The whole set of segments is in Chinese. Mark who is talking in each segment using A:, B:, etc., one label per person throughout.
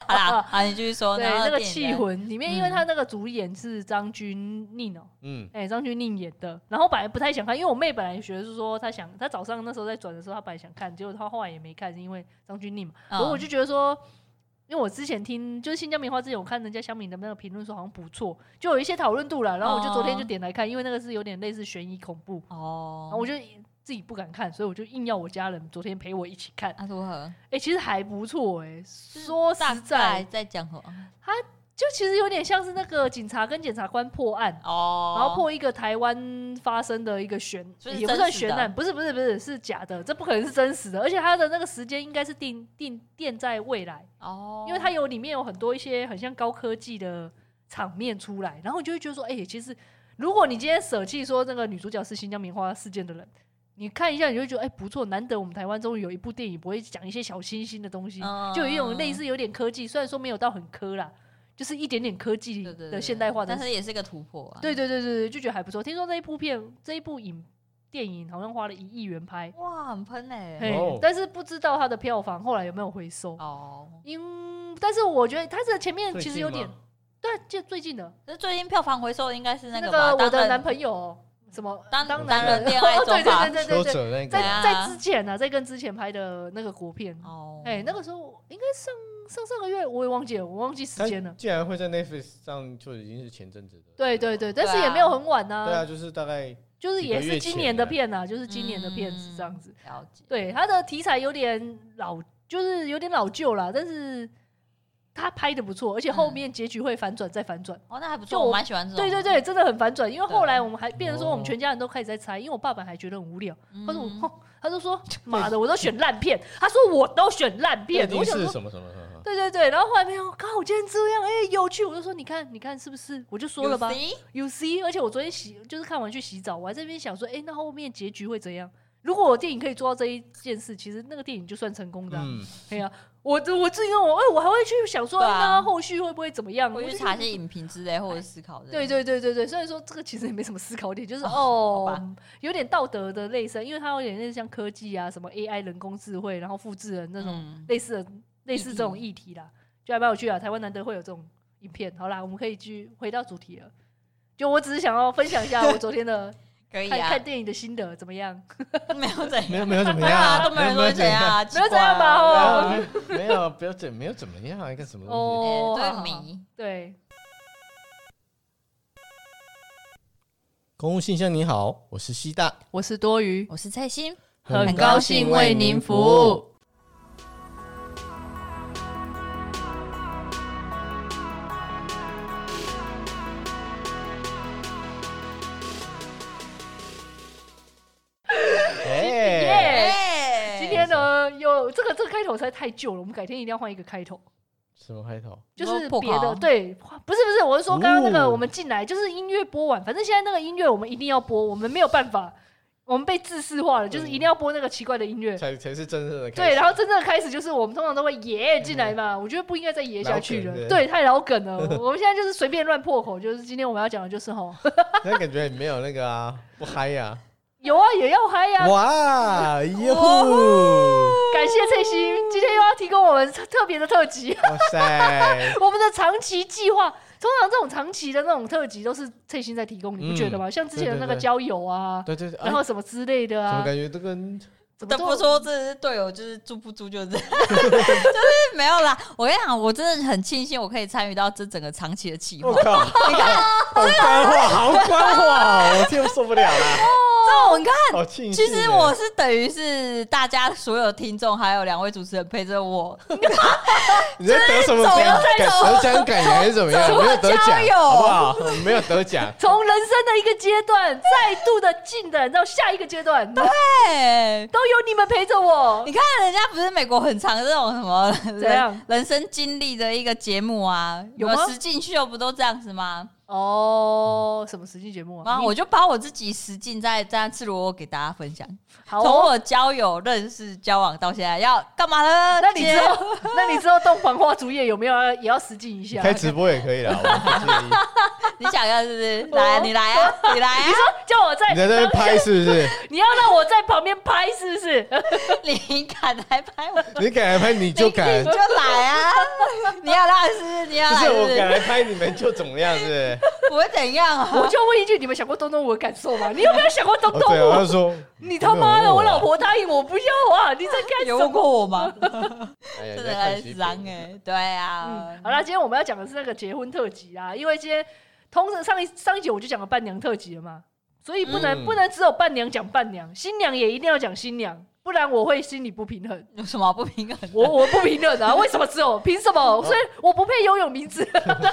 A: 好 啦，好，你继续说。
B: 对，
A: 哦然后
B: 那个
A: 电影
B: 气
A: 院，
B: 魂里面，因为
A: 嗯
B: 他那个主演是张钧甯哦，
C: 嗯，
B: 哎、张钧甯演的。然后本来不太想看，因为我妹本来觉得是说她想，她早上那时候在转的时候，她本来想看，结果她后来也没看，是因为张钧
A: 嗯
B: 甯嘛。然后我就觉得说，因为我之前听就是新疆棉花之前，我看人家香米的那个评论说好像不错，就有一些讨论度了。然后我就昨
A: 哦
B: 天就点来看，因为那个是有点类似悬疑恐怖，
A: 嗯哦，
B: 然后我就自己不敢看，所以我就硬要我家人昨天陪我一起看。
A: 啊如何？
B: 哎、其实还不错哎、说
A: 大
B: 实
A: 概
B: 在，
A: 在讲什么？
B: 就其实有点像是那个警察跟检察官破案。
A: 哦，
B: 然后破一个台湾发生的一个悬，
A: 所以是
B: 也不
A: 真
B: 算
A: 实
B: 悬
A: 的
B: 案，不是不是不是是假的，这不可能是真实的，而且它的那个时间应该是定定定在未来，
A: 哦，
B: 因为它有里面有很多一些很像高科技的场面出来，然后你就会觉得说，哎、其实如果你今天舍弃说那个女主角是新疆棉花事件的人，你看一下你就会觉得，哎、不错，难得我们台湾终于有一部电影不会讲一些小清新的东西，
A: 嗯
B: 就有一种类似有点科技，虽然说没有到很科啦，就是一点点科技
A: 对对
B: 的
A: 对
B: 现代化的
A: 但是也是一个突破啊。
B: 对对对对对，就觉得还不错。听说这一部片这一部影电影好像花了一亿元拍，
A: 哇，很喷哎、
B: 嘿
C: 哦
B: 但是不知道它的票房后来有没有回收。
A: 哦，
B: 因但是我觉得它这前面
C: 最
B: 其实
C: 近
B: 有点
C: 吗，
B: 对，就最近的
A: 那最近票房回收应该是
B: 那
A: 个
B: 个
A: 吧？
B: 我
A: 当
B: 的
A: 然
B: 男朋友什么
A: 当
B: 当
A: 当
B: 人
A: 人恋爱
B: 对
A: 中吧
B: 对对对
C: 邱
B: 对对，
C: 泽那
A: 对
C: 个
A: 啊
B: 在在之前呢、啊，在跟之前拍的那个国片，
A: 哦，
B: 哎、那个时候应该上上上个月我也忘记了，我忘记时
C: 他
B: 间了。
C: 竟然会在 Netflix 上，就已经是前阵子的。
B: 对对对，但是
A: 对啊
B: 也没有很晚呐、
C: 对啊，就是大概
B: 就是
C: 几
B: 也
C: 个
B: 是
C: 月
B: 今
C: 前
B: 年的
C: 啊
B: 片呐、啊，就是今年的片
A: 嗯
B: 是这样子。
A: 了解，
B: 对，它的题材有点老，就是有点老旧啦，但是它拍的不错，而且后面结局会反转再反转。
A: 哦，那还不
B: 就
A: 错，
B: 我
A: 我蛮喜嗯欢这种。
B: 对对对，真的很反转，因为后来
A: 对
B: 我们还变成说，我们
C: 哦
B: 全家人都开始在猜，因为我爸爸还觉得很无聊，
A: 嗯，
B: 他说我，哼他就说妈的，我都选烂片，他说我都选烂
C: 一
B: 片，
C: 定
B: 我想
C: 是
B: 说。
C: 什么什么什么。
B: 对对对，然后后来没有，靠，我今天这样，哎、有趣，我就说，你看，你看是不是？我就说了吧
A: You see？
B: ，You see，而且我昨天洗，就是看完去洗澡，我还在那边想说，哎、那后面结局会怎样？如果我电影可以做到这一件事，其实那个电影就算成功的啊、
C: 嗯，
B: 对呀、我我自己跟我哎、我还会去想说，
A: 对
B: 那
A: 啊
B: 它后续会不会怎么样？
A: 我
B: 我
A: 去
B: 就
A: 查
B: 觉
A: 一
B: 得
A: 些影评之类或者思考的。
B: 对对对对对，虽然说这个其实也没什么思考点，就是
A: 好
B: 哦
A: 吧
B: 有点道德的类似，因为它有点类似像科技啊，什么 AI 人工智慧，然后复制人那种
A: 嗯
B: 类似的、类似这种
A: 议
B: 议题啦，就还蛮有趣啊。台湾难得会有这种影片，好啦，我们可以去回到主题了。就我只是想要分享一 下我昨天的
A: 可以
B: 看
A: 啊
B: 看，电影的心得怎么样？
A: 没有怎样，
C: 没有没有怎么
A: 没有
C: 样
A: 啊，
C: 啊，
A: 都没有人说怎样啊，
B: 没有怎样吧
C: 没
B: 哦
C: 有没有没有，不要怎没有怎么样啊，一个什么东西？
B: 哦，好
A: 对
B: 好好
A: 迷，
B: 对，
C: 公务信箱，你好，我是西大，
B: 我是多余，
A: 我是蔡心，
B: 很高兴为您服务。
C: 哎，
A: 哎
B: 今天呢，有这个这个开头实在太旧了，我们改天一定要换一个开头，
C: 什么开头？
B: 就
A: 说
B: 是
A: 破
B: 别
A: 口啊
B: 的。对，不是不是，我是说刚刚那个
C: 哦
B: 我们进来就是音乐播完，反正现在那个音乐我们一定要播，我们没有办法，我们被自私化了，就是一定要播那个奇怪的音乐。
C: 才才是真正的开
B: 对，
C: 始。嗯
B: 然后真正的开始就是我们通常都会耶进来嘛，我觉得不应该再耶下去
C: 老梗
B: 了，
C: 对
B: 对，太老梗了。我们现在就是随便乱破口，就是今天我们要讲的就是吼，
C: 那感觉也没有那个啊，不嗨呀！
B: 有啊哦也要嗨呀、
C: 哇哟！
B: 感谢翠心，今天又要提供我们特特别的特辑。
C: 哇塞！
B: 我们的长期计划，通常这种长期的那种特辑都是翠心在提供，你不觉得吗？像之前的那个
C: 嗯对对对
B: 交友啊，
C: 对对对，哎
B: 然后什么之类的
C: 怎么
B: 啊，
C: 感觉这跟
B: 怎么
A: 但
B: 都
A: 不说这是队友，就是住不住就是这 样，就是没有啦。我跟你讲，我真的很庆幸我可以参与到这整个长期的计划
C: 我。靠！
A: 你看，
C: 好官话，好官话哦，我听受不了了，
A: 这你看，
C: 好庆幸
A: 其
C: 欸。
A: 实我是等于是大家所有听众还有两位主持人陪着我，
C: 你在得什么
A: 走
C: 奖
A: 了？再
C: 感
A: 走
C: 得奖感言还是怎么样？
A: 走了
C: 没有得
A: 交友
C: 奖，好不好？没有得 奖，
B: 从人生的一个阶段，再度的进展到下一个阶段，都
A: 对。
B: 有你们陪着我
A: 哎你。看人家不是美国很长这种什么
B: 怎样
A: 人人生经历的一个节目啊，
B: 有
A: 什么
B: 吗
A: 实境秀不都这样子吗？
B: 哦，什么实境节目
A: 然
B: 啊？
A: 后
B: 你
A: 我就把我自己实境在在赤裸裸给大家分享，
B: 好
A: 从
B: 哦，
A: 我交友、认识、交往到现在要干嘛呢？
B: 那你
A: 姐
B: 之 后，那你之后洞房花烛夜有没有要也要实境一下？
C: 开直播也可以啦，我不介意。
A: 你想要是不是？
B: 我
A: 来，你来啊，你来啊，
B: 叫我在
C: 你在那边拍是不是？
B: 你要让我在旁边拍是 不是？
A: 你敢来拍我，
C: 你敢来拍你就敢
A: 你，就来啊！你要来是不是？你要
C: 不
A: 来
C: 是
A: 是不
C: 我敢
A: 是？
C: 来拍你们就怎么样，是不是？
A: 我会怎样啊？
B: 我就问一句，你们想过东东我的感受 吗？你有没有想过东
C: 哦，
B: 东
C: 对啊，他
B: 我？
C: 说
B: 你他妈
C: 没有
B: 的，
C: 啊
B: 我老婆答应我不要啊！你在干什
A: 有问
B: 么？
A: 过我吗？
C: 哎呀，
A: 真
C: 你
A: 的
C: 在
A: 来
C: 看西
A: 脏
C: 片
A: 哎，对啊
B: 嗯，，好啦，今天我们要讲的是那个结婚特辑啊，因为今天通常上一上一集我就讲了伴娘特辑了嘛，所以不能、
C: 嗯
B: 不能只有伴娘讲伴娘，新娘也一定要讲新娘，不然我会心里不平衡。
A: 有什么不平衡？
B: 我我不平衡啊，为什么只有？凭什么？所以我不配拥有名字，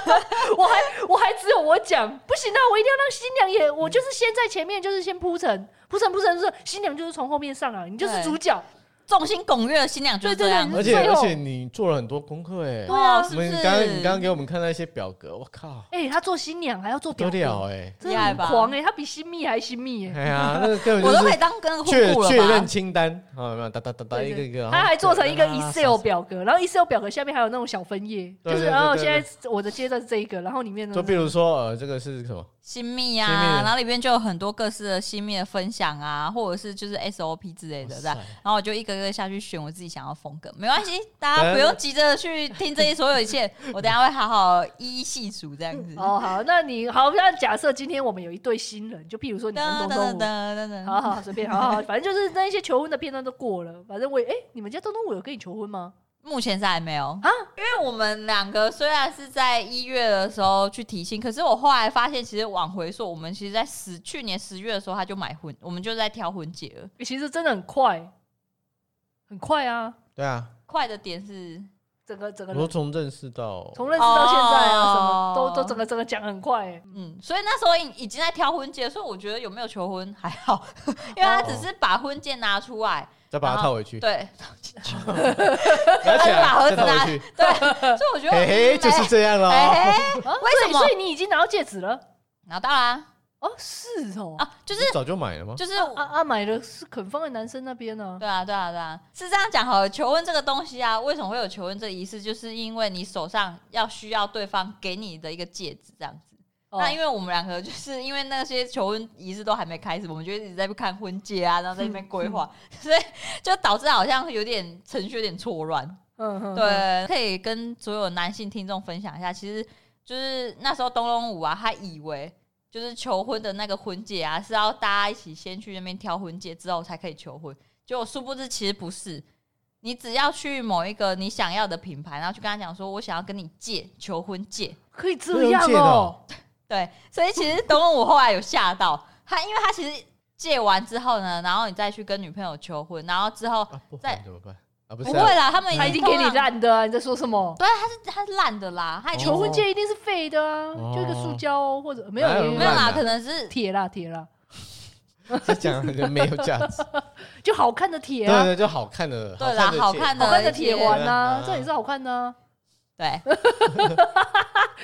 B: 我还我还只有我讲，不行啊！我一定要让新娘也，我就是先在前面，就是先铺陈，铺陈铺陈，就是新娘就是从后面上啊，你就是
A: 对
B: 主角，
A: 众星拱月的新娘就是这样
B: 对对对
C: 而且
B: 最后
C: 而且你做了很多功课哎
B: 对，啊
A: 哦
C: 我
A: 是不
C: 们
A: 是？
C: 刚刚你刚刚给我们看那些表格，我靠，
B: 哎、她做新娘还要做
C: 不得
B: 表
C: 了
B: 哥，
C: 哎！
B: 真
A: 厉
B: 的
A: 害
B: 很
A: 吧
B: 狂哎、她比新密还新密 哎、
C: 哎呀，那个根本
A: 我
C: 就
A: 都可以
C: 是
A: 当跟护
C: 确
A: 顾了
C: 确认
A: 吧？
C: 清单，啊，有没有？哒哒哒哒，
B: 对
C: 一个
B: 对
C: 一个，
B: 她还做成一个
C: 然后啊
B: Excel 表格，然后 Excel 表格下面还有那种小分页，
C: 对
B: 就是
C: 对对
B: 哦，
C: 对
B: 现在我的阶段是这一个，然后里面呢
C: 就比如说呃，这个是什么？
A: 新密
C: 新密
A: 啊，
C: 的
A: 然后里边就有很多各式的新密的分享啊，或者是就是 SOP 之类的，
C: 哇
A: 对
C: 塞
A: 吧。然后我就一个个下去选我自己想要风格，没关 系，大家
C: 嗯
A: 不用急着去听这些所有一切，我等一下会好好一一细数这样子。
B: 哦，好，那你好，那假设今天我们有一对新人，就譬如说你跟
A: 噔噔
B: 东东我
A: 噔噔噔
B: 好
A: 噔，
B: 好随便，好好，反正就是那一些求婚的片段都过了。反正我也，哎、你们家东东我有跟你求婚吗？
A: 目前是还没有
B: 啊，
A: 因为我们两个虽然是在一月的时候去提亲，可是我后来发现，其实往回溯，我们其实在十去年十月的时候他就买婚，我们就在挑婚戒了。
B: 其实真的很快，很快啊，
C: 对啊，
A: 快的点是
B: 整个整个
C: 我都从认识到
B: 从认识到现在啊，
A: 哦
B: 什么都都整个整个讲很快、欸。
A: 嗯，所以那时候已已经在挑婚戒，所以我觉得有没有求婚还好， 因为
C: 哦
A: 他只是把婚戒拿出来，
C: 再把它套回去，
A: 对
C: 拿起
A: 把盒
C: 来
A: 子
C: 再套
A: 拿
C: 回去，
A: 对，所以我觉得
C: 嘿嘿，就是这样
A: 哎、
C: 喽。
A: 哎哎
B: 啊
A: 为什么
B: 所以所以你已经拿到戒指了？
A: 拿到啦
B: 哦，是哦，
A: 啊，就是
C: 早就买了吗？
A: 就是。哦
B: 啊啊，买的是肯放在男生那边呢、啊。
A: 对啊，对啊，对啊，是这样讲好了。求婚这个东西啊，为什么会有求婚这仪式？就是因为你手上要需要对方给你的一个戒指，这样子。
B: 哦
A: 那因为我们两个就是因为那些求婚仪式都还没开始，我们就一直在看婚戒啊，然后在那边规划，所以就导致好像有点程序有点错乱。
B: 嗯嗯，嗯，
A: 对，可以跟所有男性听众分享一下，其实就是那时候东东舞啊，他以为就是求婚的那个婚戒啊，是要大家一起先去那边挑婚戒，之后才可以求婚。结果殊不知，其实不是。你只要去某一个你想要的品牌，然后去跟他讲说，我想要跟你借求婚戒，
B: 可以
C: 不
B: 这
C: 用
B: 样
C: 戒的
B: 哦
C: 哦。
A: 对，所以其实东东我后来有吓到他，因为他其实借完之后呢，然后你再去跟女朋友求婚，然后之后
C: 啊，不
A: 在
C: 还怎么办？啊，不
A: 不
C: 是啊，
A: 会啦，他们
B: 他已经给你
A: 通常，
B: 烂哦的、啊，你在说什么？
C: 哦
A: 对，他是他是烂的啦，他已经
B: 求婚戒一定是废的啊，
C: 哦
B: 就一个塑胶、或者没有
C: 哪有那么
A: 没有
C: 烂
A: 啦，
C: 的
A: 可能是
B: 铁啦铁啦，
C: 这讲的没有价 值。
B: 就好看的铁
C: 对
B: 啊。
C: 对，就好看的，
A: 对啦，好
C: 好
A: 看
B: 好看的
A: 一些
B: 铁环呐、
C: 对啊
B: 这也是好看的、啊。
A: 对，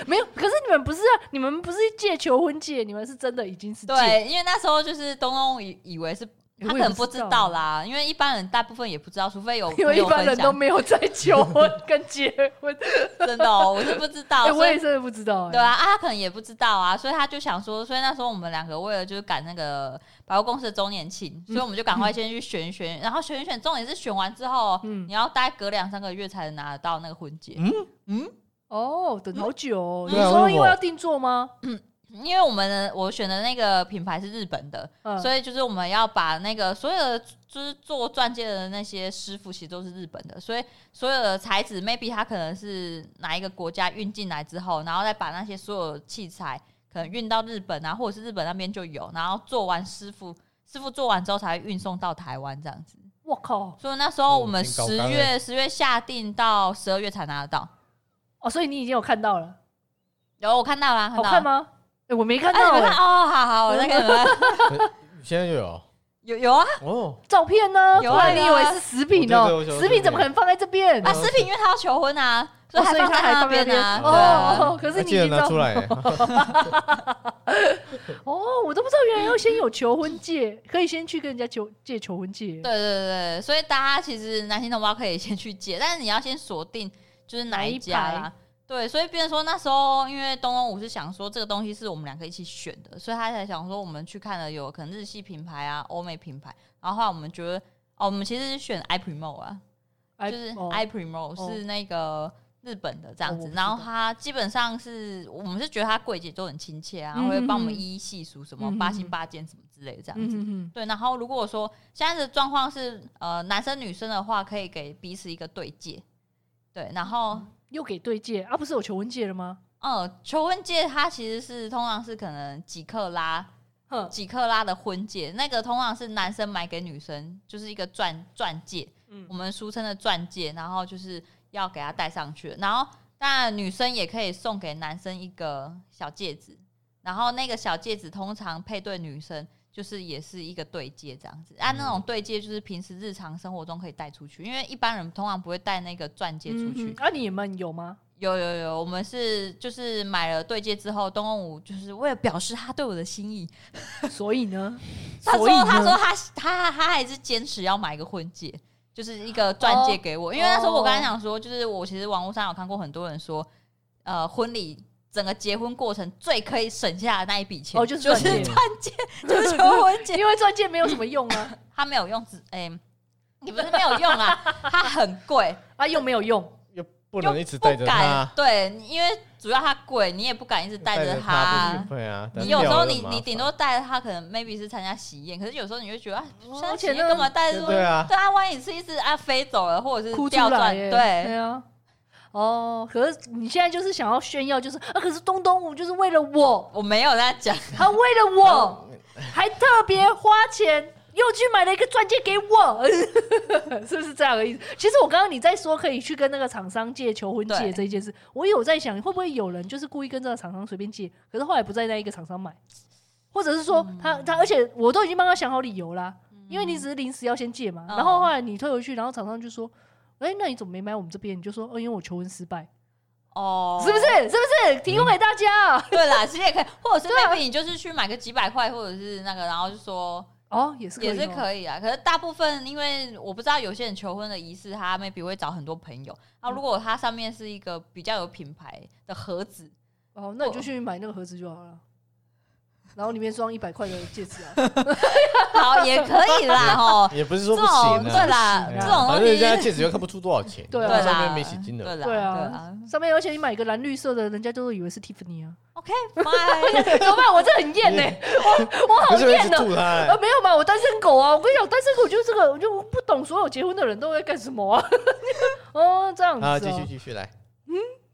B: 没有，可是你们不是啊，你们不是借求婚戒，你们是真的已经是戒，
A: 对，因为那时候就是东东以以为是。
B: 哎
A: 他
B: 我
A: 可
B: 也
A: 能不知道啦，因为一般人大部分也不知道，除非有
B: 因为一般人都
A: 朋
B: 没有在求婚跟结 婚。
A: 友分享真的、哦，我是不知道，
B: 哎，我
A: 所
B: 也
A: 以
B: 真的不知道、哎
A: 对啊，啊，他可能也不知道啊，所以他就想说，所以那时候我们两个为了就是赶那个百货公司的周年庆，
B: 嗯
A: 所以我们就赶快先去选一选，然后选一选，重点是选完之后，
B: 嗯
A: 你要大概隔两三个月才能拿得到那个婚戒，
B: 哦，等好久、哦。你
C: 对啊为
B: 说
C: 什
B: 因为
C: 么
B: 要定做吗？
A: 因为我们的我选的那个品牌是日本的，
B: 嗯，
A: 所以就是我们要把那个所有的就是做钻戒的那些师傅，其实都是日本的，所以所有的材质，maybe 它可能是哪一个国家运进来之后，然后再把那些所有器材可能运到日本啊，或者是日本那边就有，然后做完师傅师傅做完之后才会运送到台湾这样子。
B: 我靠，
A: 所以那时候
C: 哦
A: 我们
C: 挺高
A: 十
C: 纲
A: 月十月下定到十二月才拿得到，
B: 哦，所以你已经有看到了，
A: 有我看到啦，
B: 好
A: 到
B: 看
A: 了。
B: 吗？哎，我没看
A: 哎，
B: 到、
A: 你们
B: 哎
A: 看哦，好好，我再看你们看。
C: 现在就有，
A: 有有啊，
C: 哦，
B: 照片呢？
A: 有啊
B: 不然你以
A: 有啊
B: 为是食品哦、
C: 我觉得我想要
B: 食品怎么可能放在这边？
A: 啊，
C: 对
A: 食品因为他要求婚啊，所以
B: 哦所以
A: 放
B: 他
A: 在
B: 还
A: 那
B: 放在
A: 边啊。
C: 边
A: 对啊
B: 哦，可是你已
C: 记得
B: 经
C: 拿
B: 照
C: 出来，欸
B: 哦，我都不知道原来要先有求婚戒，可以先去跟人家求借求婚戒。
A: 对对对，对所以大家其实男性同胞可以先去借，但是你要先锁定就是哪一家
B: 哪一
A: 啦。对，所以变成说那时候，因为东东武是想说这个东西是我们两个一起选的，所以他才想说我们去看了有可能日系品牌啊、欧美品牌，然后后来我们觉得哦，我们其实是选 iPrimo 啊，
B: 哎，
A: 就是
B: 嗯哦
A: iPrimo、
B: 哦
A: 是那个日本的这样
B: 哦我
A: 子，
B: 不知道
A: 然后它基本上是我们是觉得它柜姐都很亲切啊，
B: 嗯
A: 会帮我
B: 嗯
A: 们
B: 嗯
A: 一一细数什
B: 嗯
A: 么
B: 嗯
A: 八心八箭什么之类的这样
B: 嗯
A: 子。
B: 嗯嗯，
A: 对，然后如果说现在的状况是呃男生女生的话，可以给彼此一个对戒。对，然后
B: 又给对戒啊？不是有求婚戒了吗？
A: 呃求婚戒它其实是通常是可能几克拉
B: 哼，
A: 几克拉的婚戒，那个通常是男生买给女生，就是一个钻钻戒，
B: 嗯
A: 我们俗称的钻戒，然后就是要给他戴上去，然后当然女生也可以送给男生一个小戒指，然后那个小戒指通常配对女生就是也是一个对戒这样子，啊，
C: 嗯
A: 那种对戒就是平时日常生活中可以带出去，因为一般人通常不会带那个钻戒出去，
B: 嗯嗯啊，你们有吗？
A: 有有有，我们是就是买了对戒之后，东东武就是为了表示他对我的心意，
B: 所以呢，
A: 他
B: 所
A: 说
B: 以：“
A: 他说
B: 呢，
A: 他他他还是坚持要买一个婚戒，就是一个钻戒给
B: 哦
A: 我。因为那时候我刚才讲说，就是我其实网络上有看过很多人说，呃，婚礼整个结婚过程最可以省下的那一笔钱，
B: 哦就
A: 就是是
B: 钻戒
A: 钻戒，就是求婚 戒，
B: 因为钻戒没有什么用 啊，
A: 他没有用，只哎、你不是没有用啊，它很贵，
B: 啊又没有用，
C: 又 不
A: 又
C: 能一直带
A: 不
C: 着
A: 敢
C: 它，
A: 对，因为主要它贵，你也不敢一直带着
C: 它
A: 它
C: 不。”对啊，
A: 你
C: 但
A: 有时
C: 掉
A: 候
C: 了
A: 你
C: 麻
A: 你
C: 烦
A: 顶多带着它，可能 maybe 是参加喜宴，可是有时候你会觉得啊，
B: 哦
A: 参加
B: 而
A: 喜
B: 且
A: 宴
B: 那
A: 干嘛带着
C: 对
A: 出去
C: 对啊，
A: 对啊，万一是一只啊飞走了，或者是
B: 哭出
A: 掉
B: 来
A: 断，
B: 耶，
A: 对，
B: 啊。哦，可是你现在就是想要炫耀，就是啊，可是东东我就是为了我，
A: 我没有在讲，
B: 他为了
A: 哦
B: 我还特别花钱。又去买了一个钻戒给我， 是不是这样的意思？其实我刚刚你在说可以去跟那个厂商借求婚戒
A: 对
B: 这一件事，我有在想会不会有人就是故意跟这个厂商随便借，可是后来不在那一个厂商买，或者是说
A: 嗯
B: 他、他，而且我都已经帮他想好理由啦，因为你只是临时要先借嘛，
A: 嗯
B: 然后后来你退回去，然后厂商就说：“哎、那你怎么没买我们这边？”你就说：“哦，因为我求婚失败，
A: 哦，嗯
B: 是不？是？是不是？提供给大家、
A: 对啦，其实也可以，或者是
B: 对啊
A: maybe 你就是去买个几百块，或者是那个，然后就说
B: 哦，也是
A: 也是
B: 哦
A: 可以啊。可是大部分因为我不知道有些人求婚的仪式，他 maybe 会找很多朋友，
B: 嗯
A: 然后如果它上面是一个比较有品牌的盒子，
B: 哦，那你就去买那个盒子就好了，然后里面装一百块的戒指啊，
A: 好也可以 啦，吼。
C: 也不是
A: 这
C: 说不
A: 种
C: 行
A: 对
C: 啊，
A: 啦，
C: 哎
A: 这
C: 呀
A: 种东
C: 反正人
A: 西
C: 家戒指又看不出多少钱，
B: 对啊
A: 对
C: 上面
A: 啦，
C: 没写金额
A: 对，啦，
B: 对啊
A: 啊
B: 上面而且你买一个蓝绿色的，人家都以为是 Tiffany 啊，
A: ，OK，拜。
B: 怎么办？我这很厌 呢、我我好
C: 可是一直
B: 厌呢、
C: 吐它哎
B: 啊，。没有嘛，我单身狗啊！我跟你讲，单身狗就是这个，我就不懂所有结婚的人都在干什么啊！ 哦，这样子、哦，
C: 啊，继续继续来，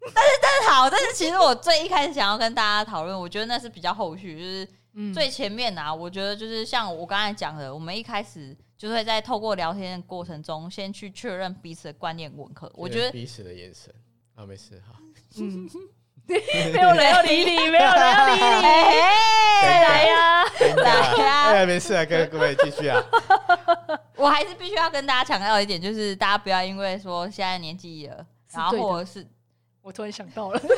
A: 好，但是其实我最一开始想要跟大家讨论，我觉得那是比较后续，就是
B: 嗯
A: 最前面啊，我觉得就是像我刚才讲的，我们一开始就是会在透过聊天的过程中，先去确认彼此的观念吻合。我觉得
C: 彼此的眼神啊，没事哈，
B: 嗯，没有人要理你，没有人要理你，啊来
A: 哎，
B: 呀、
A: 来呀！
C: 哎，没事啊，各各位继续啊，
A: 我还是必须要跟大家强调一点，就是大家不要因为说现在年纪了，
B: 是
A: 然后
B: 对的
A: 或者是
B: 我突然想到 了，没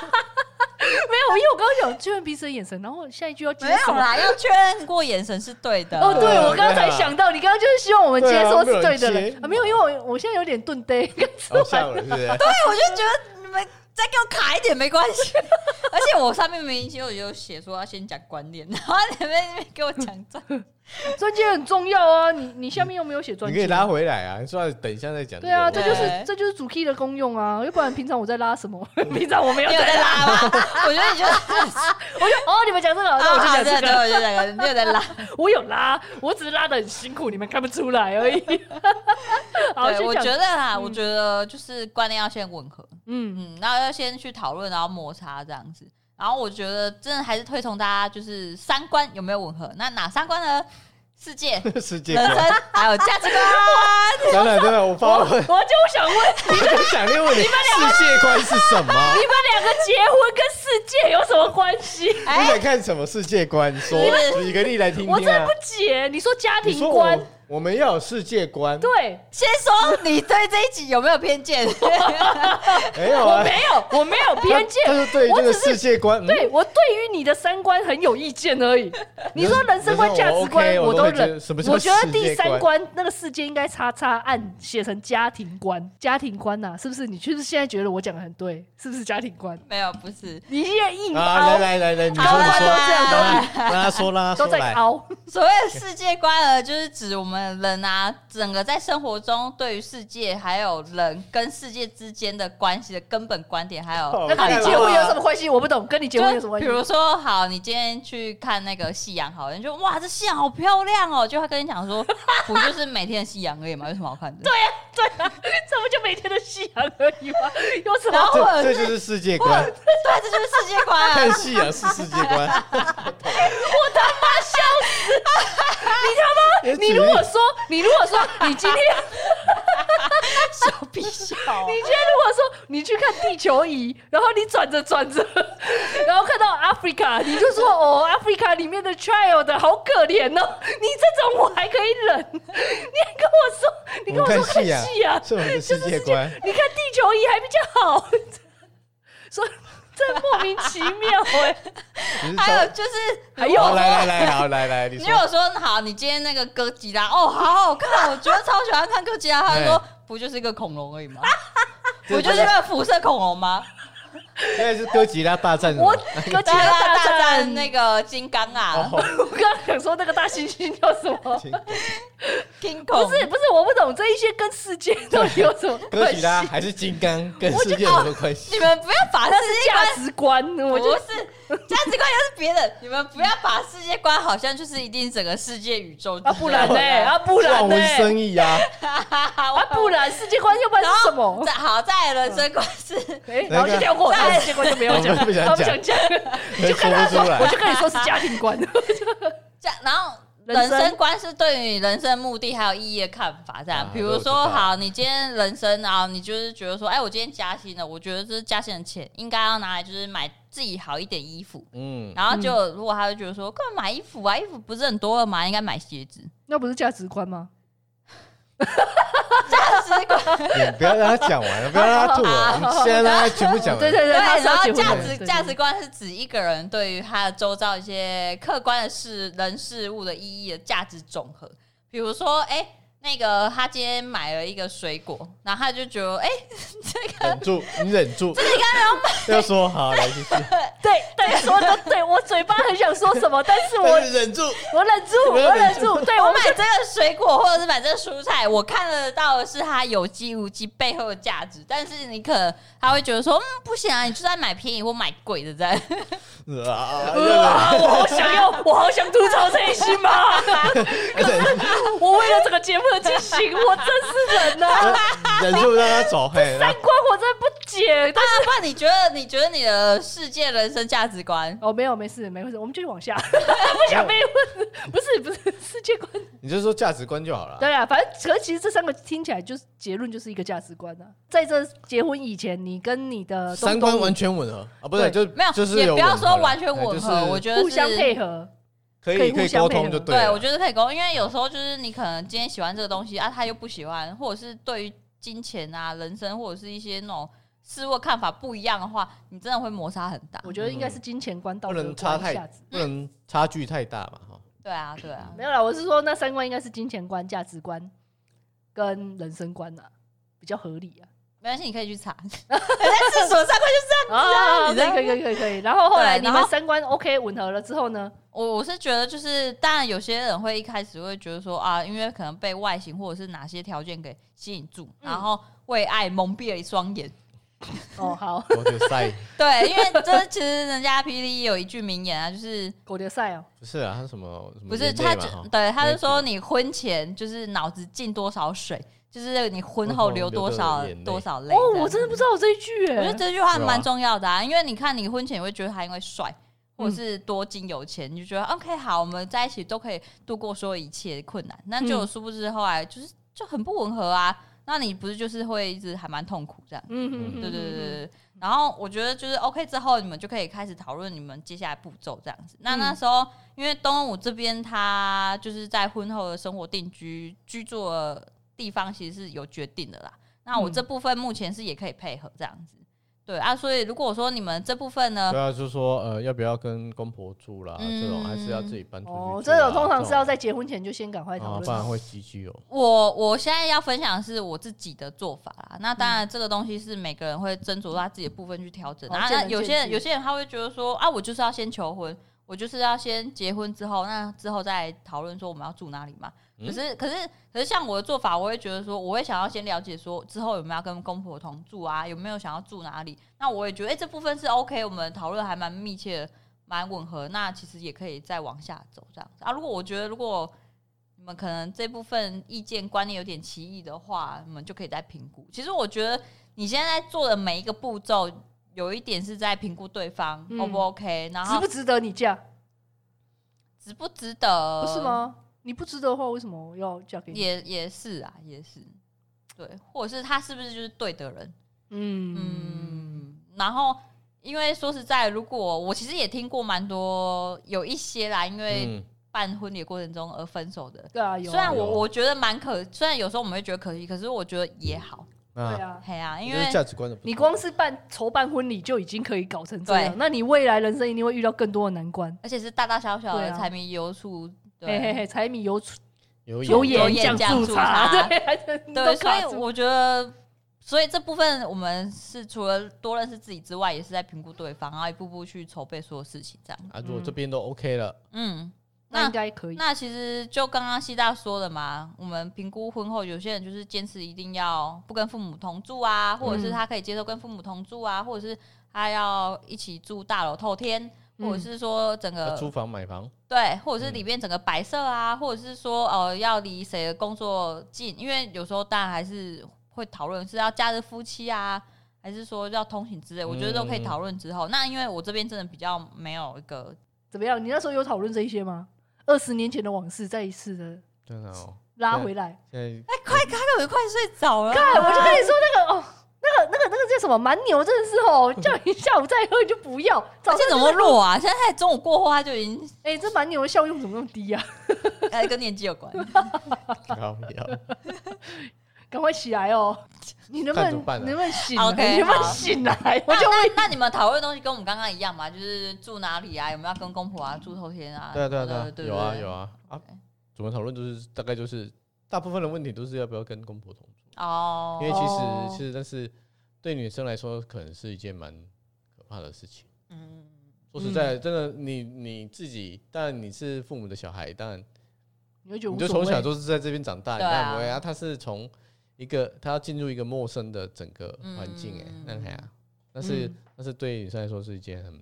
B: 有，因为我刚刚讲确认彼此的眼神，然后下一句要接
A: 没有
B: 什么？
A: 啦，要确认过眼神是对的。
B: 哦，对，我刚刚才想到，你刚刚就是希望我们接说是对的
C: 啊对啊没有人
B: 嘞
C: 接
B: 啊，没有，因为我我现在有点钝呆，
C: 哦，下午了是不是？
A: 我就觉得你们再给我卡一点没关系， 而且我上面明明就有写说要先讲观念，然后你们那边给我 讲这，
B: 专辑很重要啊，你你下面又没有写专
C: 你
B: 辑，
C: 可以拉回来啊，你说等一下再讲。
B: 对啊，这
A: 对
B: 就是这就是主 key 的功用啊，要不然平常我在拉 什么？平常我没有
A: 你有
B: 在
A: 在
B: 拉。
A: 拉吗？ 我觉得你就
B: 哦，你们讲这个，那 我就讲这
A: 啊对对，
B: 个。
A: 我就讲这个，你有在 拉。
B: 我有拉，我只是拉的很辛苦，你们看不出来 而已。好，
A: 对，
B: 先
A: 我
B: 讲
A: 觉得啊，
B: 嗯
A: 我觉得就是观念要先吻合，
B: 嗯，
A: 嗯，然后要先去讨论，然后摩擦这样子。然后我觉得真的还是推崇大家就是三观有没有吻合？那哪三观呢？世界、
C: 世界
A: 人生
C: 观。
A: 还有价值观。
C: 当然，当然，我发
B: 我
C: 问，
B: 我就想问，
C: 我就想问问你，世界观是什么？
B: 你们两个结婚跟世界有什么关系？
C: 你
A: 哎
C: 想看什么世界观？说举个例来听
B: 我
C: 听
B: 真的
C: 啊
B: 不。解。你说家
C: 你
B: 庭
C: 说
B: 观
C: 我，我们要有世界观，
B: 对
A: 先说你对这一集有没有偏见？
C: 没有
B: 我
C: 啊？
B: 没有，我没 有偏见。
C: 他是对于这
B: 我
C: 个
B: 只是
C: 世界观，嗯
B: 对我对于你的三观很有意见而 已。你说人生观、
C: 人生
B: 价值观
C: 我 OK，我
B: 都
C: 都会觉
B: 忍
C: 得什么，叫
B: 我觉得
C: 世界
B: 第三
C: 观
B: 关那个世界应该叉叉按写成家庭观，家庭观啊呐、是不是？你确实现在觉得我讲的很对，是不是家庭观？
A: 没有，不是。
B: 你越 硬凹，
C: 啊，来来来来，你说
A: 好
C: 你
A: 啦
C: 说，
A: 都这样都这
C: 让
A: 样
C: 他让他说啦，
B: 都
C: 说
B: 在哦
C: 来。
B: 凹。
A: 所谓的世界观呢，就是指我们人啊，整个在生活中对于世界还有人跟世界之间的关系的根本观点，还有
C: 好
B: 那跟
C: 看
B: 你
C: 了
B: 结婚有什么关系？我不懂，跟你结婚有什
A: 就
B: 么关
A: 比
B: 系？
A: 如说，好，你今天去看那个夕阳，好了，你就哇，这夕阳好漂亮哦，就他跟你讲说，不就是每天的夕阳而已嘛，有什么好看的？对，
B: 对啊， 这不就每天的夕阳而 已吗？有什
A: 然
B: 么？
A: 后
C: 这
A: 或者
C: 这
A: 是
C: 就是世界观，
A: 对，啊这就是世界观啊。
C: 看戏啊是世界观。哎我他妈笑死！
B: 你
C: 你他妈，
B: 如果说，你如果说， 你 今天，
A: 小屁笑啊、
B: 你今天如果说你去看地球仪，然后你转着转着，然后看到 Africa，你就说哦，Africa 里面的 child 好可怜哦。你这种我还可以忍，你还跟我说，你跟我说
C: 我们看
B: 看
C: 戏啊
B: 戏啊，
C: 是我们的
B: 就
C: 世
B: 是
C: 界观。
B: 你看地球仪还比较好，说这莫名其 妙哎、
C: 你是
A: 还有
C: 说
A: 就是，
B: 还
A: 如果
B: 有
C: 好来来来，好来来，你
A: 你
C: 说
A: 如果说好，你今天那个哥吉拉哦，好好看，我觉得超喜欢看哥吉 拉。他就说
C: 哎
A: 不就是一个恐龙而已 吗？
C: 这
A: 不就是一个辐射恐龙吗？
C: 现在是哥吉拉大战什么
B: 我哥吉
A: 大
B: 拉
A: 啊大
B: 大
A: 大
B: 战
A: 战那个金刚啊
C: 哦
B: 我刚刚想说那个大猩猩叫什 么？
C: 请
A: ，King
B: 不
A: Kong
B: 是不是，我不懂这一些跟世界到底有什 么
C: 哥
B: 关
C: 吉
B: 系？
C: 拉还是金刚跟世界有
B: 哦
C: 什么关系
A: 你？们不要把世
B: 那是
A: 界观
B: 价值观，我
A: 不
B: 就是
A: 价值观，又是别 人。你们不要把世界观好像就是一定整个世界宇宙
B: 啊不然 呢、 啊不然
C: 望
B: 呢、
C: 文生义啊！
B: 啊不然世界观要不然是什么？
A: 再好，再来人生观是
B: 哎，然后就跳过，
A: 那个
B: 然后世界观就没有讲，
C: 我们不想
B: 他
C: 讲
B: 不想讲，
C: 说不出
B: 我
C: 来。
B: 就跟你说是家庭观，
A: 这样，然后。
B: 人
A: 人
B: 生
A: 生观是对于人生目的还有意义的看法，这样
C: 啊，
A: 比
C: 这
A: 如
C: 我知
A: 说，
C: 道
A: 好，你今天人生啊，你就是觉得说，哎，我今天加薪了，我觉得这是加薪的钱应该要拿来就是买自己好一点衣服，
C: 嗯，
A: 然后就如果他就觉得说，干嘛买衣服啊？衣服不是很多了吗？应该买鞋子。
B: 那不是价值观吗？
A: 价值观
C: 你不要让他讲完了，不要让他吐了，我们现在让他全部讲
B: 对
C: 完。
B: 对对，他是
A: 然
B: 要
A: 后
B: 结婚
A: 价
B: 的
A: 值
B: 对
A: 价值观是指一个人对于他的周遭一些客观的事、人事物的意义的价值总和。比如说，哎、那个他今天买了一个水果，然后他就觉得，哎、
C: 忍住，你忍住。这你刚要说好，来继续。
B: 对对，说的对，我嘴巴很想说什么，但是我
C: 但是哎忍住，
B: 我忍住，
C: 你没有
B: 我忍
C: 忍
B: 住，对
A: 我
B: 我
A: 买这个水果或者是买这个蔬菜，我看得到的是它有机无机背后的价值，但是你可能他会觉得说，嗯，不行啊，你就在买便宜或买贵的 在。
C: 啊
B: 啊，我好想
C: 哎
B: 要，我好想吐槽这一些嘛！
C: 忍
A: 呃
B: 我为了这个节目的进行，我真是人呐、
C: 哎忍住让他走，嘿，
B: 三观我真的不解。但
A: 那不然你觉得？你觉得你的世界人生价值观？
B: 哦，没有，没事，没事，我们继 续往下。不想被问， 不是不是世界观。
C: 你就说价值观就好了。
B: 对啊，反正可是其实这三个听起来就是结论就是一个价值观啊。在这结婚以前，你跟你
A: 呃
B: 的
C: 三
B: 东
C: 观
B: 东
C: 完全吻合啊，不是
B: 对
C: 就
A: 没有，
C: 就是
A: 也
C: 有
A: 不要
C: 吻合
A: 说
C: 啦
A: 完全
C: 哎
A: 吻
C: 就是
A: 合，我觉得
B: 互相
A: 是
B: 配合，
C: 可
B: 可以
C: 以可
B: 互
C: 以
B: 相
C: 沟
B: 配合
C: 通就对啊
A: 对，
C: 了。
A: 我觉得可以沟通，因为有时候就是你可能今天喜欢这个东西啊，他又不喜欢，或者是对于金钱啊、人生或者是一些那种事物看法不一样的话，你真的会摩擦很大。
B: 我觉得应该是金钱观、道
C: 嗯不
B: 德
C: 能差
B: 观、
C: 太
B: 价值。
C: 不能差距太大嘛哈。
A: 对啊，对啊，
B: 没有啦，我是说那三观应该是金钱观、价值观跟人生观啊，比较合理啊。
A: 没关系，你可以去 查。人家厕所上面就是
B: 啊，
A: 你知
B: 对，
A: 道
B: 可以可以可以可以。然后后
A: 对啊
B: 来你
A: 然
B: 们
A: 后
B: 三观 OK 吻合了之后呢？
A: 我我是觉得就是，当然有些人会一开始会觉得说啊，因为可能被外形或者是哪些条件给吸引住，
B: 嗯
A: 然后为爱蒙蔽了双眼。
B: 哦，好，
C: 我觉得塞
A: 对，因为这其实人家 P D 有一句名言啊，就是
B: 狗的赛哦，
C: 不是啊，他什么什么
A: 不是
C: 眼
A: 他
C: 泪
A: 就
C: 嘛哈
A: 对，他
C: 没
A: 就说
C: 错
A: 你婚前就是脑子进多少水，就是你婚
C: 婚
A: 后
C: 后
A: 流
C: 流
A: 多
C: 多
A: 少
C: 少眼泪
A: 多少
B: 哦
A: 泪。
B: 哦，我真的不知道有这一句
A: 我觉得
B: 哎。
A: 这句话
C: 是吧
A: 蛮重要的啊，因为你看你婚前你会觉得他因为帅，或者是多金有钱，你就觉得 OK 好，我们在一起都可以度过所有一切的困难。那就
B: 嗯
A: 殊不知后来就是就很不吻合啊，那你不是就是会一直还蛮痛苦这样？
B: 嗯哼
A: 对
B: 哼
A: 对对
B: 哼
A: 对
B: 哼
A: 对。然后我觉得就是 OK 之后，你们就可以开始讨论你们接下来步骤这样子。那
B: 嗯
A: 那时候，因为东武这边他就是在婚后的生活定居居住的地方，其实是有决定的啦。那我
B: 嗯
A: 这部分目前是也可以配合这样子，对啊。所以如果说你们这部分呢，
C: 对啊，就说呃，要不要跟公婆住啦？
A: 嗯
C: 这种还是要自己搬出去住啦。啊
B: 哦，这种通常是要在
C: 这
B: 结婚前就先赶快
C: 种
B: 讨
C: 啊，不然
B: 论。
C: 会急居哦。
A: 我我现在要分享的是我自己的做法啦。那当
B: 嗯
A: 然，这个东西是每个人会斟酌他自己的部分去调整。
B: 哦
A: 然后
B: 见
A: 那
B: 仁
A: 有
B: 见
A: 些人
B: 智
A: 有些人他会觉得说啊，我就是要先求婚，我就是要先结婚之后，那之后再讨论说我们要住哪里嘛。
C: 嗯
A: 可是可是可是像我的做法，我会觉得说，我会想要先了解说之后有没有要跟公婆同住啊，有没有想要住哪里。那我也觉得哎、这部分是 OK，我们讨论还蛮密切的。蛮吻合，那其实也可以再往下走这样子啊。如果我觉得如果你们可能这部分意见观念有点歧义的话，你们就可以再评估。其实我觉得你现在做的每一个步骤，有一点是在评估对方、
B: 嗯
A: O 不 OK，然
B: 值
A: 后
B: 不值得你嫁？
A: 值不值得，
B: 不是？吗？你不值得的话，为什么要嫁给你？
A: 呃也也是啊，也是对，或者是他是不是就是对的人？
B: 嗯
A: 嗯，然后因为说实在，如果我其实也听过蛮多有一些啦，因为
C: 嗯，
A: 办婚礼过程中而分手的，
B: 对啊，有啊
A: 虽然我
C: 有啊
A: 我觉得蛮可，虽然有时候我们会觉得可惜，可是我觉得也好，
C: 那
B: 对啊，
A: 嘿啊，
C: 我
A: 因
C: 觉得
A: 为
C: 价值观的不同，
B: 你光是办筹办婚礼就已经可以搞成这样
A: 对，
B: 那你未来人生一定会遇到更多的难关。
A: 而且是大大小小
B: 对
A: 的
B: 啊
A: 柴米油醋，
B: 嘿嘿
A: 对
B: 嘿，柴米油醋
C: 有
B: 油
A: 盐
B: 盐
A: 酱
B: 醋
A: 醋
B: 茶，
A: 茶
B: 对，还真
A: 对，
B: 都
A: 所
B: 卡
A: 以
B: 住。
A: 我觉得，所以这部分我们是除了多认识自己之外，也是在评估对方，然后一步步去筹备所有事情，这样，
C: 啊，如果这边都 OK 了，
A: 嗯。
B: 那
A: 那
B: 应该可以。
A: 那其实就刚刚西大说的嘛，我们评估婚后，有些人就是坚持一定要不跟父母同住啊，或者是
B: 嗯
A: 他可以接受跟父母同住啊，或者是他要一起住大楼透天，或者是说整个
C: 要租房买房，
A: 对，或者是
C: 嗯
A: 里面整个白色啊，或者是说呃要离谁的工作近，因为有时候当然还是会讨论是要假日夫妻啊，还是说要通勤之类，我觉得都可以
C: 嗯
A: 讨论之后。那因为我这边真的比较没有一个
B: 怎么样？你那时候有讨论这一些吗？二十年前的往事，再一次的
C: 真的哦。
B: 拉回来。
C: 现在
A: 哎，快看看我快睡着了，
B: 哎，我就跟你说那个哦，那个那个那个叫什么蛮牛，真的是哦，叫你下午再喝你就不要，早
A: 而
B: 上
A: 且怎么 弱啊？现在才中午过后，他就已经
B: 哎、这蛮牛的效用怎么那么低啊？
A: 哎，跟年纪有 关。
C: 搞不了，
B: 赶快起来哦！你能不
C: 看
B: 能
C: 怎么办啊
B: 你能不能醒、啊
A: OK，
B: 你能不能
A: 好
B: 醒来？
A: 那
B: 我就
A: 那那你们讨论的东西跟我们刚刚一样嘛？就是住哪里啊？有没有要跟公婆啊？住透天啊？
C: 对啊对啊
A: 对
C: 啊，
A: 对，
C: 有啊
A: 对
C: 有啊啊
A: 对，
C: 怎么讨论就是大概就是大部分的问题都是要不要跟公婆同住，
A: 哦
C: 因为其
B: 哦
C: 实其实但是对女生来说可能是一件蛮可怕的事情。
A: 嗯，
C: 说实在，的，真的你你自己，当然你是父母的小孩，当然
B: 你会觉得
C: 你
B: 无
C: 就
B: 所谓
C: 从小都是在这边长大，你
A: 对啊
C: 看不会啊？他是从一个他要进入一个陌生的整个环境、哎、
A: 嗯
C: 那还啊，但是、
B: 嗯
C: 但是对女生来说是一件很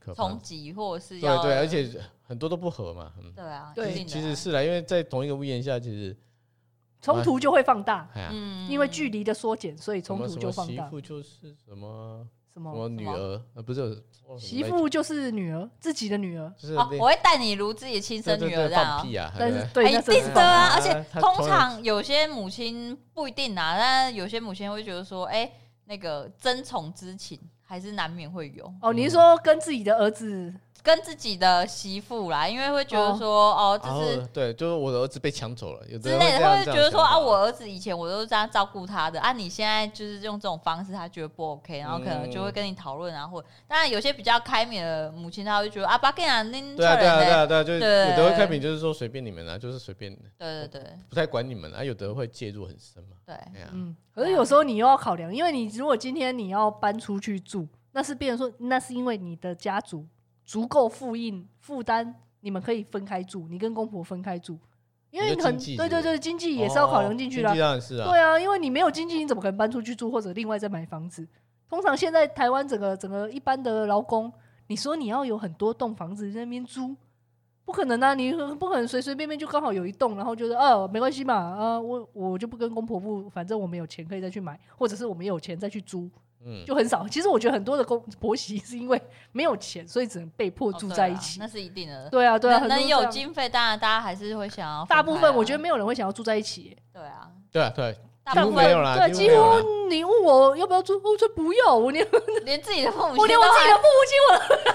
C: 可怕
A: 冲
C: 的，
A: 击或者是
C: 对
A: 要
C: 对，而且很多都不合嘛，嗯，
A: 对啊，
B: 对
A: 一定的啊
C: 其实是啦，因为在同一个屋檐下，其实
B: 冲突就会放大，
C: 哎呀，
A: 嗯
B: 因为距离的缩减，所以
C: 什
B: 冲
C: 么
B: 突
C: 什
B: 就
C: 么
B: 放
C: 媳
B: 大。
C: 妇就是什
A: 哦
C: 么
B: 什
C: 什
B: 么
C: 么女儿，呃，不是有忘了什么
B: 媳
C: 那一
B: 妇就是女儿，自己的女儿，
C: 就是
A: 哦
C: 那，
A: 我会待你如自己的亲
C: 对
A: 生
C: 对
A: 女儿
C: 对
A: 这样
C: 放
A: 啊。
C: 屁啊，
B: 但是
C: 对
B: 对，
A: 哎
B: 那
A: 一定
B: 是
A: 的啊！
C: 啊
A: 而且
C: 他
A: 通
C: 从
A: 常有些母亲不一定啊，但有些母亲会觉得说，哎，那个争宠之情还是难免会有。
B: 哦，你是说跟自己的儿子？
A: 跟自己的媳妇啦，因为会觉得说，哦，
C: 然后
A: 这是
C: 对，就是我的儿子被抢走了，有的
A: 之
C: 人
A: 类
C: 这
A: 的，
C: 样
A: 会
C: 这
A: 觉
C: 样
A: 得说
C: 想法
A: 啊，我儿子以前我都是这样照顾他的，啊，你现在就是用这种方式，他觉得不 OK，然后可能就会跟你讨论啊，或当然有些比较开明的母亲，她会觉得啊，爸跟啊，您
C: 对啊对啊对啊对啊，就是有
A: 对
C: 的会开屏，就是说随便你们啊，就是随便
A: 对对对
C: 不太管你们啊，有的会介入很深嘛，
A: 对，
C: 哎呀，
B: 嗯，可是有时候你又要考量，因为你如果今天你要搬出去住，那是变成说，那是因为你的家族足够复印负担，你们可以分开住，你跟公婆分开住，因为
C: 你说
B: 很
C: 经济
B: 对对
C: 是不
B: 对，
C: 是
B: 经济也是要考量进去的
C: 哦
B: 啊
C: 经济。当然是啊，
B: 对啊，因为你没有经济，你怎么可能搬出去住或者另外再买房子？通常现在台湾整个整个一般的劳工，你说你要有很多栋房子在那边租，不可能啊！你不可能随随便便就刚好有一栋，然后就是哦、没关系嘛，啊、我我就不跟公婆住，反正我们有钱可以再去买，或者是我们有钱再去租，
C: 嗯，
B: 就很少。其实我觉得很多的公婆媳是因为没有钱，所以只能被迫
A: 哦
B: 住
A: 对
B: 在
A: 啦
B: 一起。
A: 那是一定的。
B: 对啊，对啊，
A: 能
B: 很多
A: 能
B: 这样
A: 有经费，当然大家还是会想要分开啊。
B: 大部分我觉得没有人会想要住在一起耶。
A: 对啊，
C: 对啊，对啊，
A: 大
C: 几
A: 部
C: 乎
A: 分
C: 没有啦，
B: 对，
C: 几
B: 几
C: 乎没有啦
B: 乎你问我要不要住，我说不要，我连
A: 连自己的父母亲
B: 我连我
A: 都
B: 自己的
A: 还
B: 父母亲我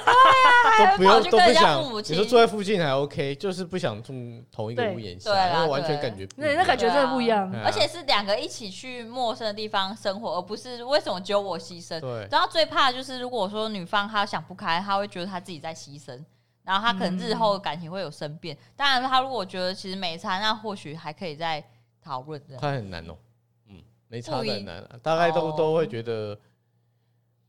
A: 还
C: 都不
A: 跑
C: 用
A: 去
C: 都
A: 跟
C: 不
A: 人家
C: 想
A: 父母，
C: 你
A: 亲
C: 说住在附近还 OK，就是不想住同一个
B: 对
C: 屋檐下，
A: 对啦
C: 因为完全
A: 对
C: 感觉不一
B: 那
C: 样
B: 那感觉真的不一样
C: 对。啊
A: 而且是两个一起去陌生的地方生活，而不是为什么只有我牺牲？
C: 对
A: 然后最怕的就是如果说女方她想不开，她会觉得她自己在牺牲，然后她可能日后感情会有生变。当然，她如果觉得其实没差，那或许还可以再讨论的。
C: 他很难哦，嗯，没差
A: 不
C: 的
A: 一
C: 很难啊，大概都
A: 哦
C: 都会觉得，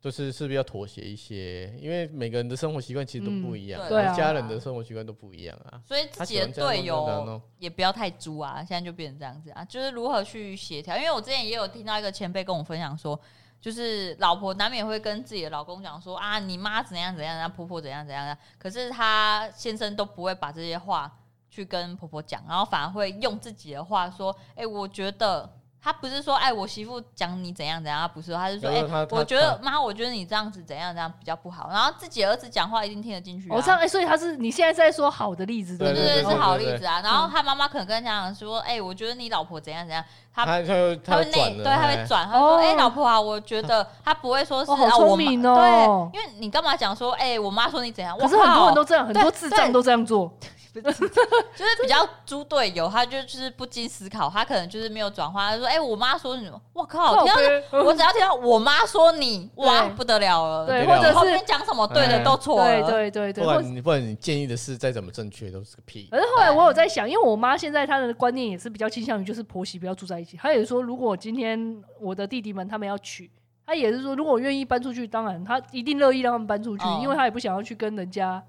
C: 就是是不是要妥协一些，因为每个人的生活习惯其实都不一样，
A: 嗯
B: 对啊
C: 每家人的生活习惯都不一样啊。
A: 所以自
C: 他
A: 己
C: 喜
A: 的
C: 欢这样
A: 队
C: 弄就难
A: 友
C: 哦
A: 也不要太猪啊，现在就变成这样子啊，就是如何去协调。因为我之前也有听到一个前辈跟我分享说，就是老婆难免会跟自己的老公讲说啊，你妈怎样怎样，然后婆婆怎样怎样怎样，可是她先生都不会把这些话去跟婆婆讲，然后反而会用自己的话说，哎、我觉得。他不是说，哎，我媳妇讲你怎样怎样，他不是，他是说，
C: 然
A: 哎、
C: 后他他
A: 我觉得妈，我觉得你这样子怎样怎样比较不好。然后自己儿子讲话一定听得进去、啊。
B: 我这样，哎，所以他是你现在是在说好的例子，
C: 对
B: 不
A: 对
B: 对哦
A: 对，
C: 对
A: 是
C: 对
A: 好
C: 对
A: 例
C: 对
A: 子啊。然后他妈妈可能跟他讲说：“哎、我觉得你老婆怎样怎样。他
C: 他就
A: 他
C: 他
A: 会
C: 就
A: 内
C: 转
A: 对，
C: 嗯了，
A: 他
C: 哎
A: 会转，他说：“
B: 哦
A: 哎、老婆啊，我觉得他不会说是、
B: 哦好
A: 啊，
B: 聪
A: 我妈
B: 明哦
A: 对，因为你干嘛讲说，哎、我妈说你怎样？
B: 可是很多人
A: 都
B: 都这样，很多智障都这样做。
A: 就是比较猪队友，他就就是不经思考，他可能就是没有转化。他说：哎、我妈说你，我靠，听到这
B: 对
A: 我只要听到我妈说你，哇，
B: 对
A: 不得了了，
B: 对，
C: 不得
B: 或
C: 了
B: 者
A: 后
B: 是
A: 面讲什么对的
C: 哎
A: 都错了，
B: 对对对对，
C: 不
B: 或
C: 然你不然你建议的事再怎么正确都是个屁。
B: 可是后来哎我有在想，因为我妈现在她的观念也是比较倾向于就是婆媳不要住在一起。她也说，如果今天我的弟弟们他们要娶，她也是说，如果我愿意搬出去，当然她一定乐意让他们搬出去，
A: 嗯
B: 因为她也不想要去跟人家，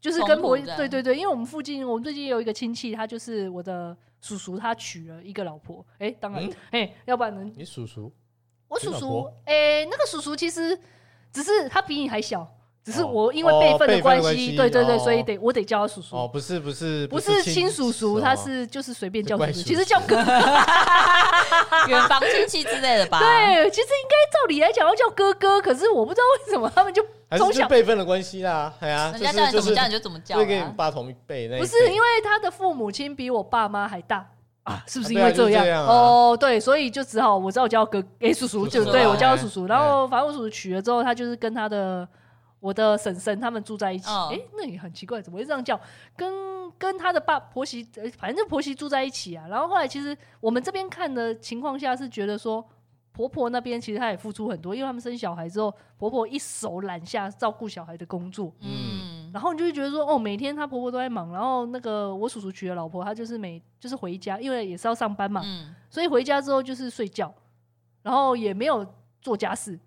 B: 就是
A: 冲
B: 跟
A: 突
B: 婆
A: 这样
B: 对对对，因为我们附近我们最近有一个亲戚，他就是我的叔叔，他娶了一个老婆，哎、当然
C: 嗯
B: 哎、要不然能
C: 你叔叔
B: 我
C: 娶
B: 叔
C: 老
B: 叔
C: 婆，
B: 哎、那个叔叔其实只是他比你还小，只是
C: 哦
B: 我因为
C: 哦
B: 辈分
C: 辈
B: 的
C: 分
B: 关
C: 的关
B: 系，
C: 系
B: 对对对，
C: 哦
B: 所以得我得叫他叔叔。
C: 哦，不是不是
B: 不是亲
C: 亲哦
B: 叔叔，他是就是随便叫叔
C: 怪
B: 叔，
C: 叔叔
B: 其 实叫哥。啊
A: 远房亲戚之类的吧？
B: 对，其实应该照理来讲要叫哥哥，可是我不知道为什么他们就
C: 还
B: 从
C: 是就
B: 小
C: 辈分的关系啦，哎呀，
A: 人
C: 就
A: 家叫
C: 是
A: 你怎
C: 就
A: 么
C: 是
A: 叫你就怎么叫、
C: 就跟你
A: 啊。
C: 爸同一辈那一
B: 不是
C: 辈
B: 因为他的父母亲比我爸妈还大啊，是不是因
C: 啊
B: 为
C: 对啊就是
B: 样？
C: 这样啊
B: 哦，对，所以就只好我只好叫哥诶叔叔，
C: 叔
B: 就
A: 叔
B: 对
A: 啊
B: 我叫他叔叔。
C: 哎
B: 然后反正我叔叔娶了之后，他就是跟他的我的婶婶他们住在一起。
A: 嗯
B: 诶，那也很奇怪，怎么会这样叫？跟跟他的爸婆媳，呃反正就婆媳住在一起啊。然后后来其实我们这边看的情况下是觉得说。婆婆那边其实她也付出很多，因为他们生小孩之后，婆婆一手揽下照顾小孩的工作，
A: 嗯，
B: 然后你就会觉得说，哦，每天她婆婆都在忙，然后那个我叔叔娶的老婆，她就是每就是回家，因为也是要上班嘛，
A: 嗯，
B: 所以回家之后就是睡觉，然后也没有做家事，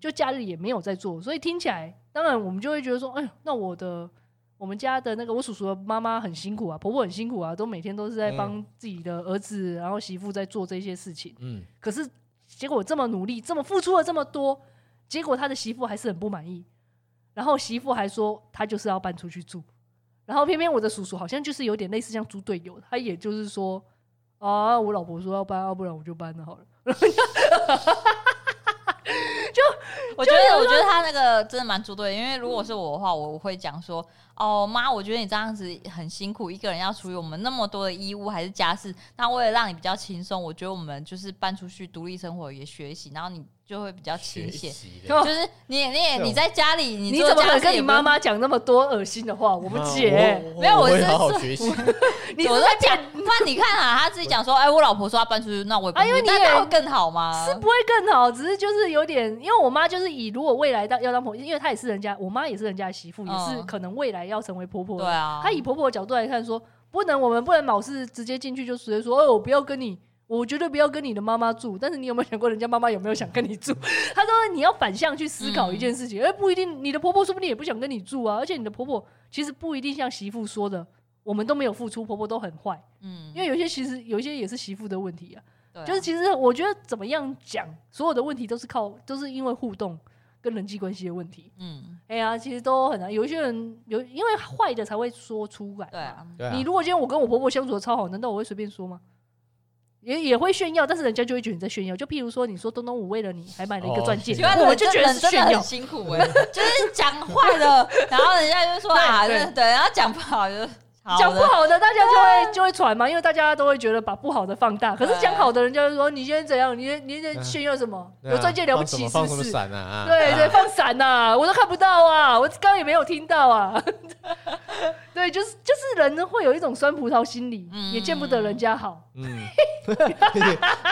B: 就假日也没有在做，所以听起来，当然我们就会觉得说，哎呦，那我的我们家的那个我叔叔的妈妈很辛苦啊，婆婆很辛苦啊，都每天都是在
C: 嗯
B: 帮自己的儿子，然后媳妇在做这些事情，
C: 嗯，
B: 可是结果这么努力，这么付出了这么多，结果他的媳妇还是很不满意，然后媳妇还说他就是要搬出去住，然后偏偏我的叔叔好像就是有点类似像猪队友，他也就是说啊，我老婆说要搬，要、不然我就搬了好了。
A: 我觉得我觉得他那个真的蛮猪队，因为如果是我的
B: 嗯
A: 话，我我会讲说，哦妈，我觉得你这样子很辛苦，一个人要处理我们那么多的衣物还是家事，那为了让你比较轻松，我觉得我们就是搬出去独立生活也学习，然后你就会比较清
C: 学
A: 闲。
C: 习
B: 哦
C: 的
A: 就是你 也你也
C: 这种
A: 你在家里，你
B: 你
A: 做
B: 怎么可
A: 家
B: 能
A: 事
B: 跟
A: 也
B: 你
A: 不
B: 妈妈讲那么多恶心的话？我不
C: 啊
B: 解，
A: 没有我
C: 会
A: 是
C: 好好
A: 说
C: 学习，
B: 你
A: 我
B: 是
A: 在讲，不然你看啊，他自己讲说，哎，我老婆说要搬出去，那我也搬
B: 哎
A: 出
B: 呦
A: 去，
B: 你
A: 那
B: 也
A: 那会更好吗？
B: 是不会更好，只是就是有点，因为我妈就是以如果未来到要当婆，因为她也是人家，我妈也是人家的媳妇，也是
A: 嗯
B: 可能未来要成为婆婆的
A: 对啊，
B: 她以婆婆的角度来看说，不能我们不能老是直接进去就直接说，哦，我不要跟你，我绝对不要跟你的妈妈住。但是你有没有想过，人家妈妈有没有想跟你住？ 她说你要反向去思考一件事情，
A: 嗯
B: 哎、不一定，你的婆婆说不定也不想跟你住啊，而且你的婆婆其实不一定像媳妇说的。我们都没有付出，婆婆都很坏，
A: 嗯，
B: 因为有些其实有一些也是媳妇的问题啊。
A: 对啊
B: 就是其实我觉得怎么样讲，所有的问题都是靠都是因为互动跟人际关系的问题。
A: 嗯，
B: 哎呀，其实都很难。有一些人有因为坏的才会说出来嘛。
A: 对啊，
C: 对啊
B: 你如果今天我跟我婆婆相处的超好，难道我会随便说吗？也也会炫耀，但是人家就会觉得你在炫耀。就譬如说，你说东东五为了你还买了一个
C: 哦
B: 钻戒，
A: 奇怪，
B: 我就觉得
A: 人
B: 是
A: 嗯啊真的
B: 炫
A: 很
B: 耀。
A: 辛苦 哎、就是讲坏 了，然后人家就说啊，
B: 对
A: 对
B: 对
A: 对，然后讲不好就好
B: 讲不
A: 的，
B: 好的，大家就会就会传嘛，因为大家都会觉得把不好的放大。可是
A: 对
B: 讲好的，人家就说你今天怎样，你你在炫耀什么？
C: 对啊
B: 有钻戒了不起是
C: 放什
B: 不
C: 么
B: 是？
C: 放什么闪啊？
B: 对对，
C: 啊，
B: 放闪呐、我都看不到啊，我刚刚也没有听到 啊。对，就是就是人会有一种酸葡萄心理，
A: 嗯
B: 也见不得人家好。
C: 嗯，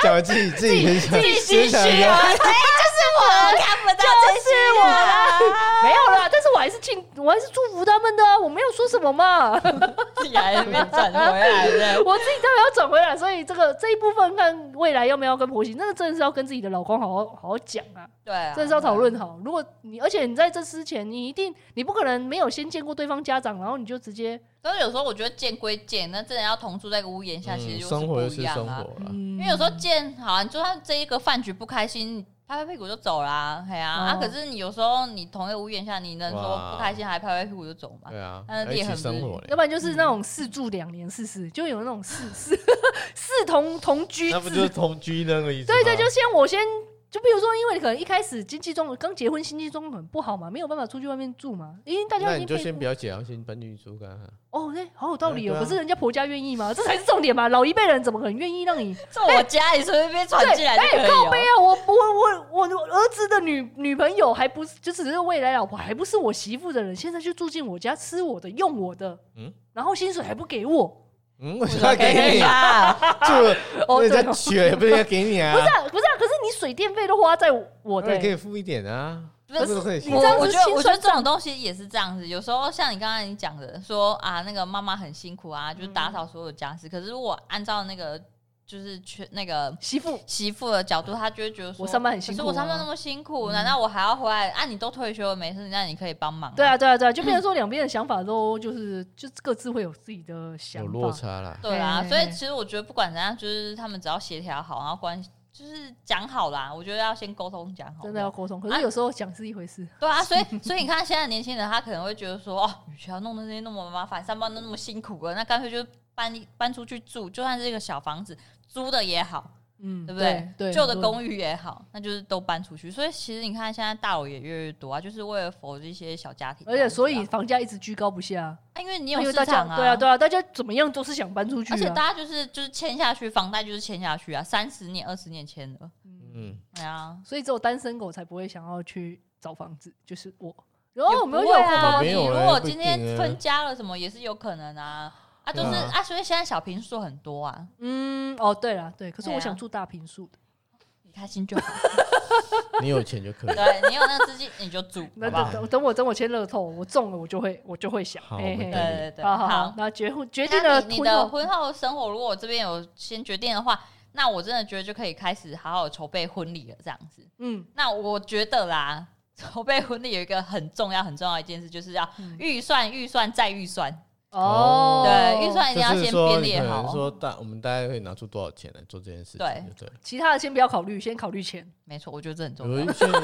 C: 讲完自己自己很想
B: 自己
A: 心虚啊，哎， 就是我啊看不到，啊真是我 啦，
B: 没有啦，但是我还是庆，我还是祝福他们的啊、我没有说什么嘛，
A: 自己还没转回来的，
B: 我自己当然要转回来。所以这个这一部分看未来要不要跟婆媳，那个真的是要跟自己的老公好好好好讲啊。
A: 对啊，
B: 这是要讨论好。如果你，而且你在这之前，你一定你不可能没有先见过对方家长，然后你就直接
A: 但是有时候我觉得见归见，那真的要同住在一个屋檐下，其
C: 嗯
A: 实就是
C: 生活
A: 不
C: 就是
A: 一样
C: 生
A: 啊。
C: 活了。
B: 嗯，
A: 因为有时候见好、啊，你就算这一个饭局不开心，拍拍屁股就走啦，嘿啊、啊！
B: 哦
A: 可是你有时候你同一个屋檐下，你能说
C: 哇
A: 不开心还拍拍屁股就走吗？
C: 对啊，
A: 但是
C: 还
A: 你也
C: 一起
A: 嗯很
C: 生活
B: 要
C: 嘞，
B: 不然就是那种四住两年试试，就有那种四四四同同居
C: 那不就是
B: 制，
C: 同居那个意思吗？
B: 对对，就先我先。就比如说，因为可能一开始经济状况刚结婚，经济状况很不好嘛，没有办法出去外面住嘛，因为大家
C: 那
B: 已经
C: 你就
B: 被
C: 先不要结，然后先搬进去住干哈？
B: 哦，对，好有道理哦。
C: 对啊
B: 可是人家婆家愿意吗？这才是重点嘛。老一辈人怎么可能愿意让你
A: 这我家里随便传进来就可以、
B: 靠背
A: 哦。
B: 啊！我我我我我儿子的女女朋友还不是，就只是未来老婆，还不是我媳妇的人，现在就住进我家，吃我的，用我的，
C: 嗯
B: 然后薪水还不给我，
C: 嗯，我
A: 我
C: 说
A: 说
C: 要给
A: 可以
C: 你
A: 啊，
C: 住了，
B: 哦对
C: 那人
B: 哦
C: 家娶了也不是要给你啊
B: 不是、，啊、不是、啊，可是你水电费都花在我的、
C: 那你可
B: 欸，
C: 以付一点啊，
A: 不是
C: 那可以付
B: 你这样
A: 我我
B: 子
A: 觉得
B: 心
A: 我觉得
B: 酸
A: 这种东西也是这样子，有时候像你刚才你讲的，说啊那个妈妈很辛苦
B: 嗯
A: 啊，就是打扫所有家事。可是如果按照那个就是去那个
B: 媳妇
A: 媳妇的角度，她就会觉得说
B: 我上班很辛苦啊
A: 可是我上班那么辛苦，
B: 嗯
A: 难道我还要回来？啊，你都退休了，没事，那你可以帮忙、
B: 对，啊对啊对啊，就变成说两边的想法都就是就各自会有自己的想
C: 有落
B: 法。
C: 差啦。
A: 对啊。
B: 嘿
A: 所以其实我觉得不管怎样，就是他们只要协调好，然后关系就是讲好啦。我觉得要先沟通讲好，
B: 真的要沟通，可
A: 啊
B: 是有时候讲是一回事。
A: 对啊。所以 所以你看，现在年轻人他可能会觉得说，哦，与其要弄那些那么麻烦，上班都那么辛苦了，那干脆就搬一搬出去住，就算是一个小房子租的也好，
B: 嗯，
A: 对不
B: 对
A: 对？
B: 对，
A: 旧的
B: 很多
A: 公
B: 人
A: 寓也好，那就是都搬出去。所以其实你看，现在大楼也越来越多啊，就是为了否这些小家庭。
B: 而且所以房价一直居高不下，
A: 啊，因为你
B: 因
A: 有
B: 为
A: 市
B: 大家
A: 场啊，
B: 对啊对啊，大家怎么样都是想搬出去、啊，
A: 而且大家就是就是签下去，房贷就是签下去啊，三十年、二十年签的，
B: 嗯
C: 嗯，
A: 对啊，
B: 所以只有单身狗才不会想要去找房子，就是我。然
A: 也
B: 后我
A: 不
B: 哦没有
A: 会
B: 想过
A: 啊，
B: 吗？
C: 没
A: 你
C: 有
A: 如
C: 欸
A: 果
C: 不一
A: 今天
C: 定欸
A: 分家了什么，也是有可能啊。啊，就是
C: 对啊
A: 啊，所以现在小平数很多啊，
B: 嗯，哦，对了，对，可是
A: 对啊
B: 我想住大平数的，
A: 你开心就好。
C: 你有钱就可以。
A: 对啊你有那个资金，你就 住，
B: 那
A: 好不好？
B: 等等等我等我签乐透，我中了我就会我就会想，
C: 好
B: 嘿
C: 我
B: 嘿
C: 们
A: 对
C: 等
A: 对对，
B: 好好
A: 好
B: 好，。那决婚决
A: 那
B: 定了
A: 你你
B: 婚
A: 的
B: 后，
A: 婚后生活，如果我这边有先决定的话，那我真的觉得就可以开始好好筹备婚礼了，这样子。
B: 嗯，
A: 那我觉得啦， 筹备婚礼有一个很重要、很重要的一件事，就是要
B: 嗯
A: 预算、预算再预算。
B: 哦，
A: 对，预算一定要
C: 就是
A: 先
C: 说，
A: 编
C: 你
A: 列
C: 可能
A: 好。
C: 说大我们大概可以拿出多少钱来做这件事情？
A: 对
C: 对了，
B: 其他的先不要考虑，先考虑钱。
A: 没错，我觉得这很重要。
C: 有一些有些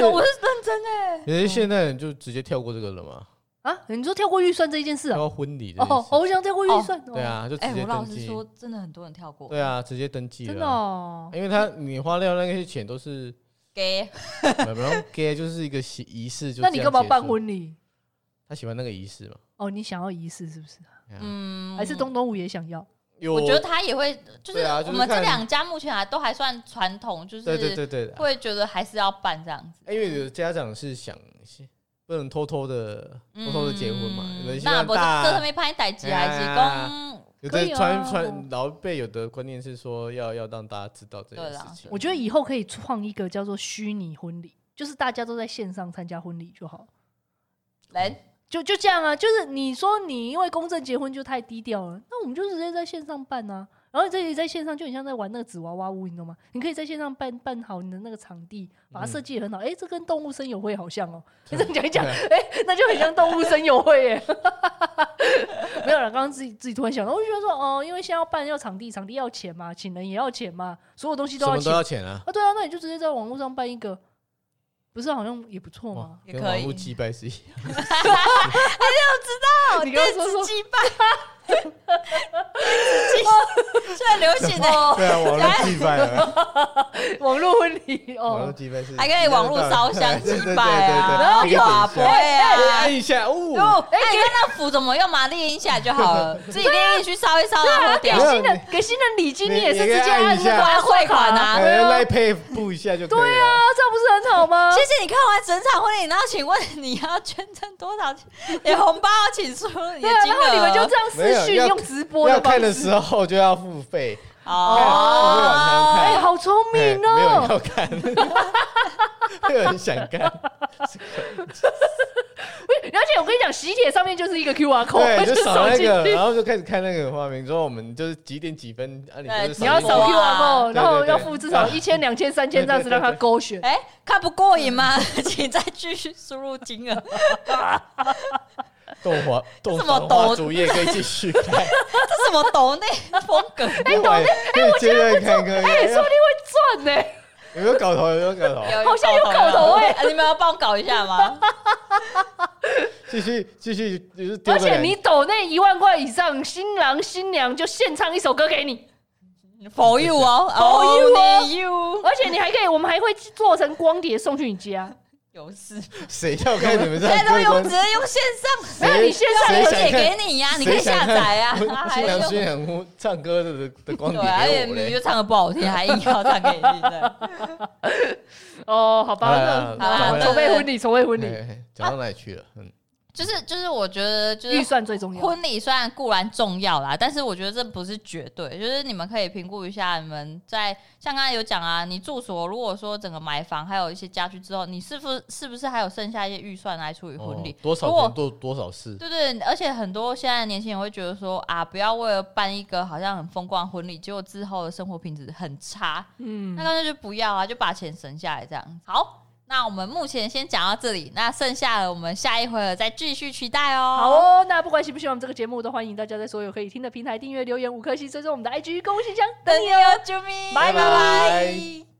A: 我是认真哎、
C: 有些现代人就直接跳过这个了嘛，
B: 啊，你说跳过预算这一件事
C: 跳
B: 啊？
C: 过婚礼这件
B: 哦，
C: 事
B: 哦我想跳过预算，哦
C: 对，啊，就
A: 哎、
C: 直接
A: 我老
C: 登
A: 实
C: 记。
A: 说，真的很多人跳过。
C: 对啊，直接登记
B: 真的
C: 了。哎
B: 哦，
C: 因为他你花掉那些钱都是，
A: 给
C: 然后 gay 就是一个仪仪式，就
B: 那你
C: 这
B: 干
C: 样
B: 嘛
C: 结
B: 办
C: 束？
B: 婚礼？
C: 他喜欢那个仪式嘛？
B: 哦，你想要仪式是不是？
A: 嗯，
B: 还是东东五也想要？
C: 有
A: 我觉得他也会，就是
C: 对啊就是
A: 我们这
C: 看
A: 两家目前还都还算传统，就
C: 对对
A: 是
C: 对对，啊
A: 会觉得还是要办这样子。
C: 因为有的家长是想不能偷偷的偷偷的结婚嘛，
A: 嗯
C: 有的希
A: 那
C: 望
A: 不是这上
C: 大，
A: 面拍代志
C: 哎
A: 啊，是
C: 呀
A: 讲
C: 有
B: 可
C: 的
B: 以啊
C: 传传老辈有的观念是说要要让大家知道这件
A: 对啦
C: 事情
B: 我。觉得以后可以创一个叫做虚拟婚礼，就是大家都在线上参加婚礼就好了。
A: 人
B: 就就这样啊，就是你说你因为公证结婚就太低调了，那我们就直接在线上办啊。然后你这里在线上就很像在玩那个纸娃娃屋，你懂吗？你可以在线上办办好你的那个场地，把它设计得很好。哎、这跟动物声友会好像哦、你这样讲一讲，哎、那就很像动物声友会耶。 没有了，刚刚自己自己突然想到，我就觉得说，哦、因为现在要办要场地，场地要钱嘛，请人也要钱嘛，所有东西
C: 什
B: 都要
C: 么
B: 钱
C: 都要钱啊，
B: 啊。对啊，那你就直接在网络上办一个，不是好像也不错吗？
A: 也
C: 跟
A: 可
C: 网
A: 以
C: 络祭拜是一样。
B: 哦你刚刚说说
A: 祭拜，现在流行的、
C: 对啊，网络祭拜了，
B: 网络婚礼
C: 网络
B: 哦，
C: 祭拜是
A: 还可以网络烧香
C: 对对
A: 祭拜啊，
C: 对对对对
A: 然后法
C: 可以
A: 会
C: 点一下
A: 啊。
C: 按一下，哦，
A: 哦，哎，你看那符怎么用嘛？列印下就好了，自己列印去烧一烧，
B: 对
A: 然
B: 啊，
A: 后
B: 给
A: 掉。
B: 新人给新人礼金，
C: 你
B: 你也是
C: 你可以
B: 直接
C: 按
B: 按
C: 一
B: 那
C: 下
B: 个刮
A: 汇款啊
C: 哎来配布一下就可以
B: 对啊
C: 了。，
B: 这样不是很好吗？
A: 谢谢你看完整场婚礼，然后请问你要捐赠多少钱？你红包请出你的
B: 对啊，
A: 金
B: 然后
A: 额。
B: 你们就这样私
C: 没
B: 讯
C: 有要
B: 用直播
C: 要
B: 方
C: 看的
B: 式
C: 时候就要付费，看我也好像看
B: 哎，
A: 哦，
B: 好聪
C: 哎
B: 明
C: 没有人
B: 哦！
C: 要看，没有人想看，
B: 而且我跟你讲，喜帖上面就是一个 QR
C: 对，
B: code，
C: 就扫
B: 扫
C: 那
B: 进
C: 个，然
B: 去，
C: 后就开始看那个画面，说我们就是几点几分，啊，你
A: 对
C: 就是
B: 你要
C: 进
B: 扫
C: 去
A: 啊
B: QR code，然
C: 对
B: 后
C: 对对
B: 要付至少一千、两千、三千这样子让他勾选。
A: 哎，看不过瘾吗？ 请再继续输入金额。
C: 动画动
A: 什么哎
C: 动画
A: 抖
C: 主页可以继续 看，
A: 这什么抖内风格？
C: 哎，抖哎，接着看可以，
B: 哎，说不定会赚呢。
C: 有没有搞头？有没有搞头？
A: 有
B: 好像有
A: 搞
B: 搞头哎
A: 啊你们要帮我搞一下 吗？
C: 继续继续，就是丢
B: 而
C: 个
B: 且
C: 两
B: 你抖那一万块以上，新郎新娘就献唱一首歌给你，
A: For you 哦
B: For you 哦
A: Only you
B: 而且你还可以，我们还会做成光碟送去你家。
A: 有事，
C: 谁要看你们这
A: 现在
C: 样
A: 都
C: 对
A: 用
C: 观
A: 只
C: 众？
A: 能用线上，
B: 没有
C: 谁
B: 你线上
C: 谁
A: 有
C: 想
A: 解
C: 看
A: 给你呀，你可以
C: 谁想
A: 下
C: 看
A: 载呀，
C: 我
A: 还
C: 新娘
A: 用
C: 新娘唱歌的的光碟
A: 对啊，而且
C: 给我
A: 明明
C: 嘞
A: 就。唱的不好听，还硬要唱给你听的。
B: 哦，好吧，
C: 好啦
A: 好啦
B: 那啊筹备婚礼，筹备婚礼，
C: 哎讲到哪里去了？嗯，
A: 就是就是，我觉得就
B: 预
A: 是
B: 算最重要。
A: 婚礼虽然固然重要啦，但是我觉得这不是绝对，就是你们可以评估一下，你们在像刚才有讲啊，你住所如果说整个买房还有一些家具之后，你是不是是不是还有剩下一些预算来处理婚礼？
C: 哦多少
A: 如果
C: 钱做多少事？
A: 对对，而且很多现在的年轻人会觉得说啊，不要为了办一个好像很风光的婚礼，结果之后的生活品质很差，
B: 嗯
A: 那，干脆就不要啊，就把钱省下来这样。好，那我们目前先讲到这里，那剩下的我们下一回合再继续期待哦。
B: 好哦，那不管喜不喜欢我们这个节目，都欢迎大家在所有可以听的平台订阅、留言五颗星，追踪我们的 IG 公共信箱，
A: 等你哦，啾咪，
B: 拜
A: 拜
C: 拜
A: 拜。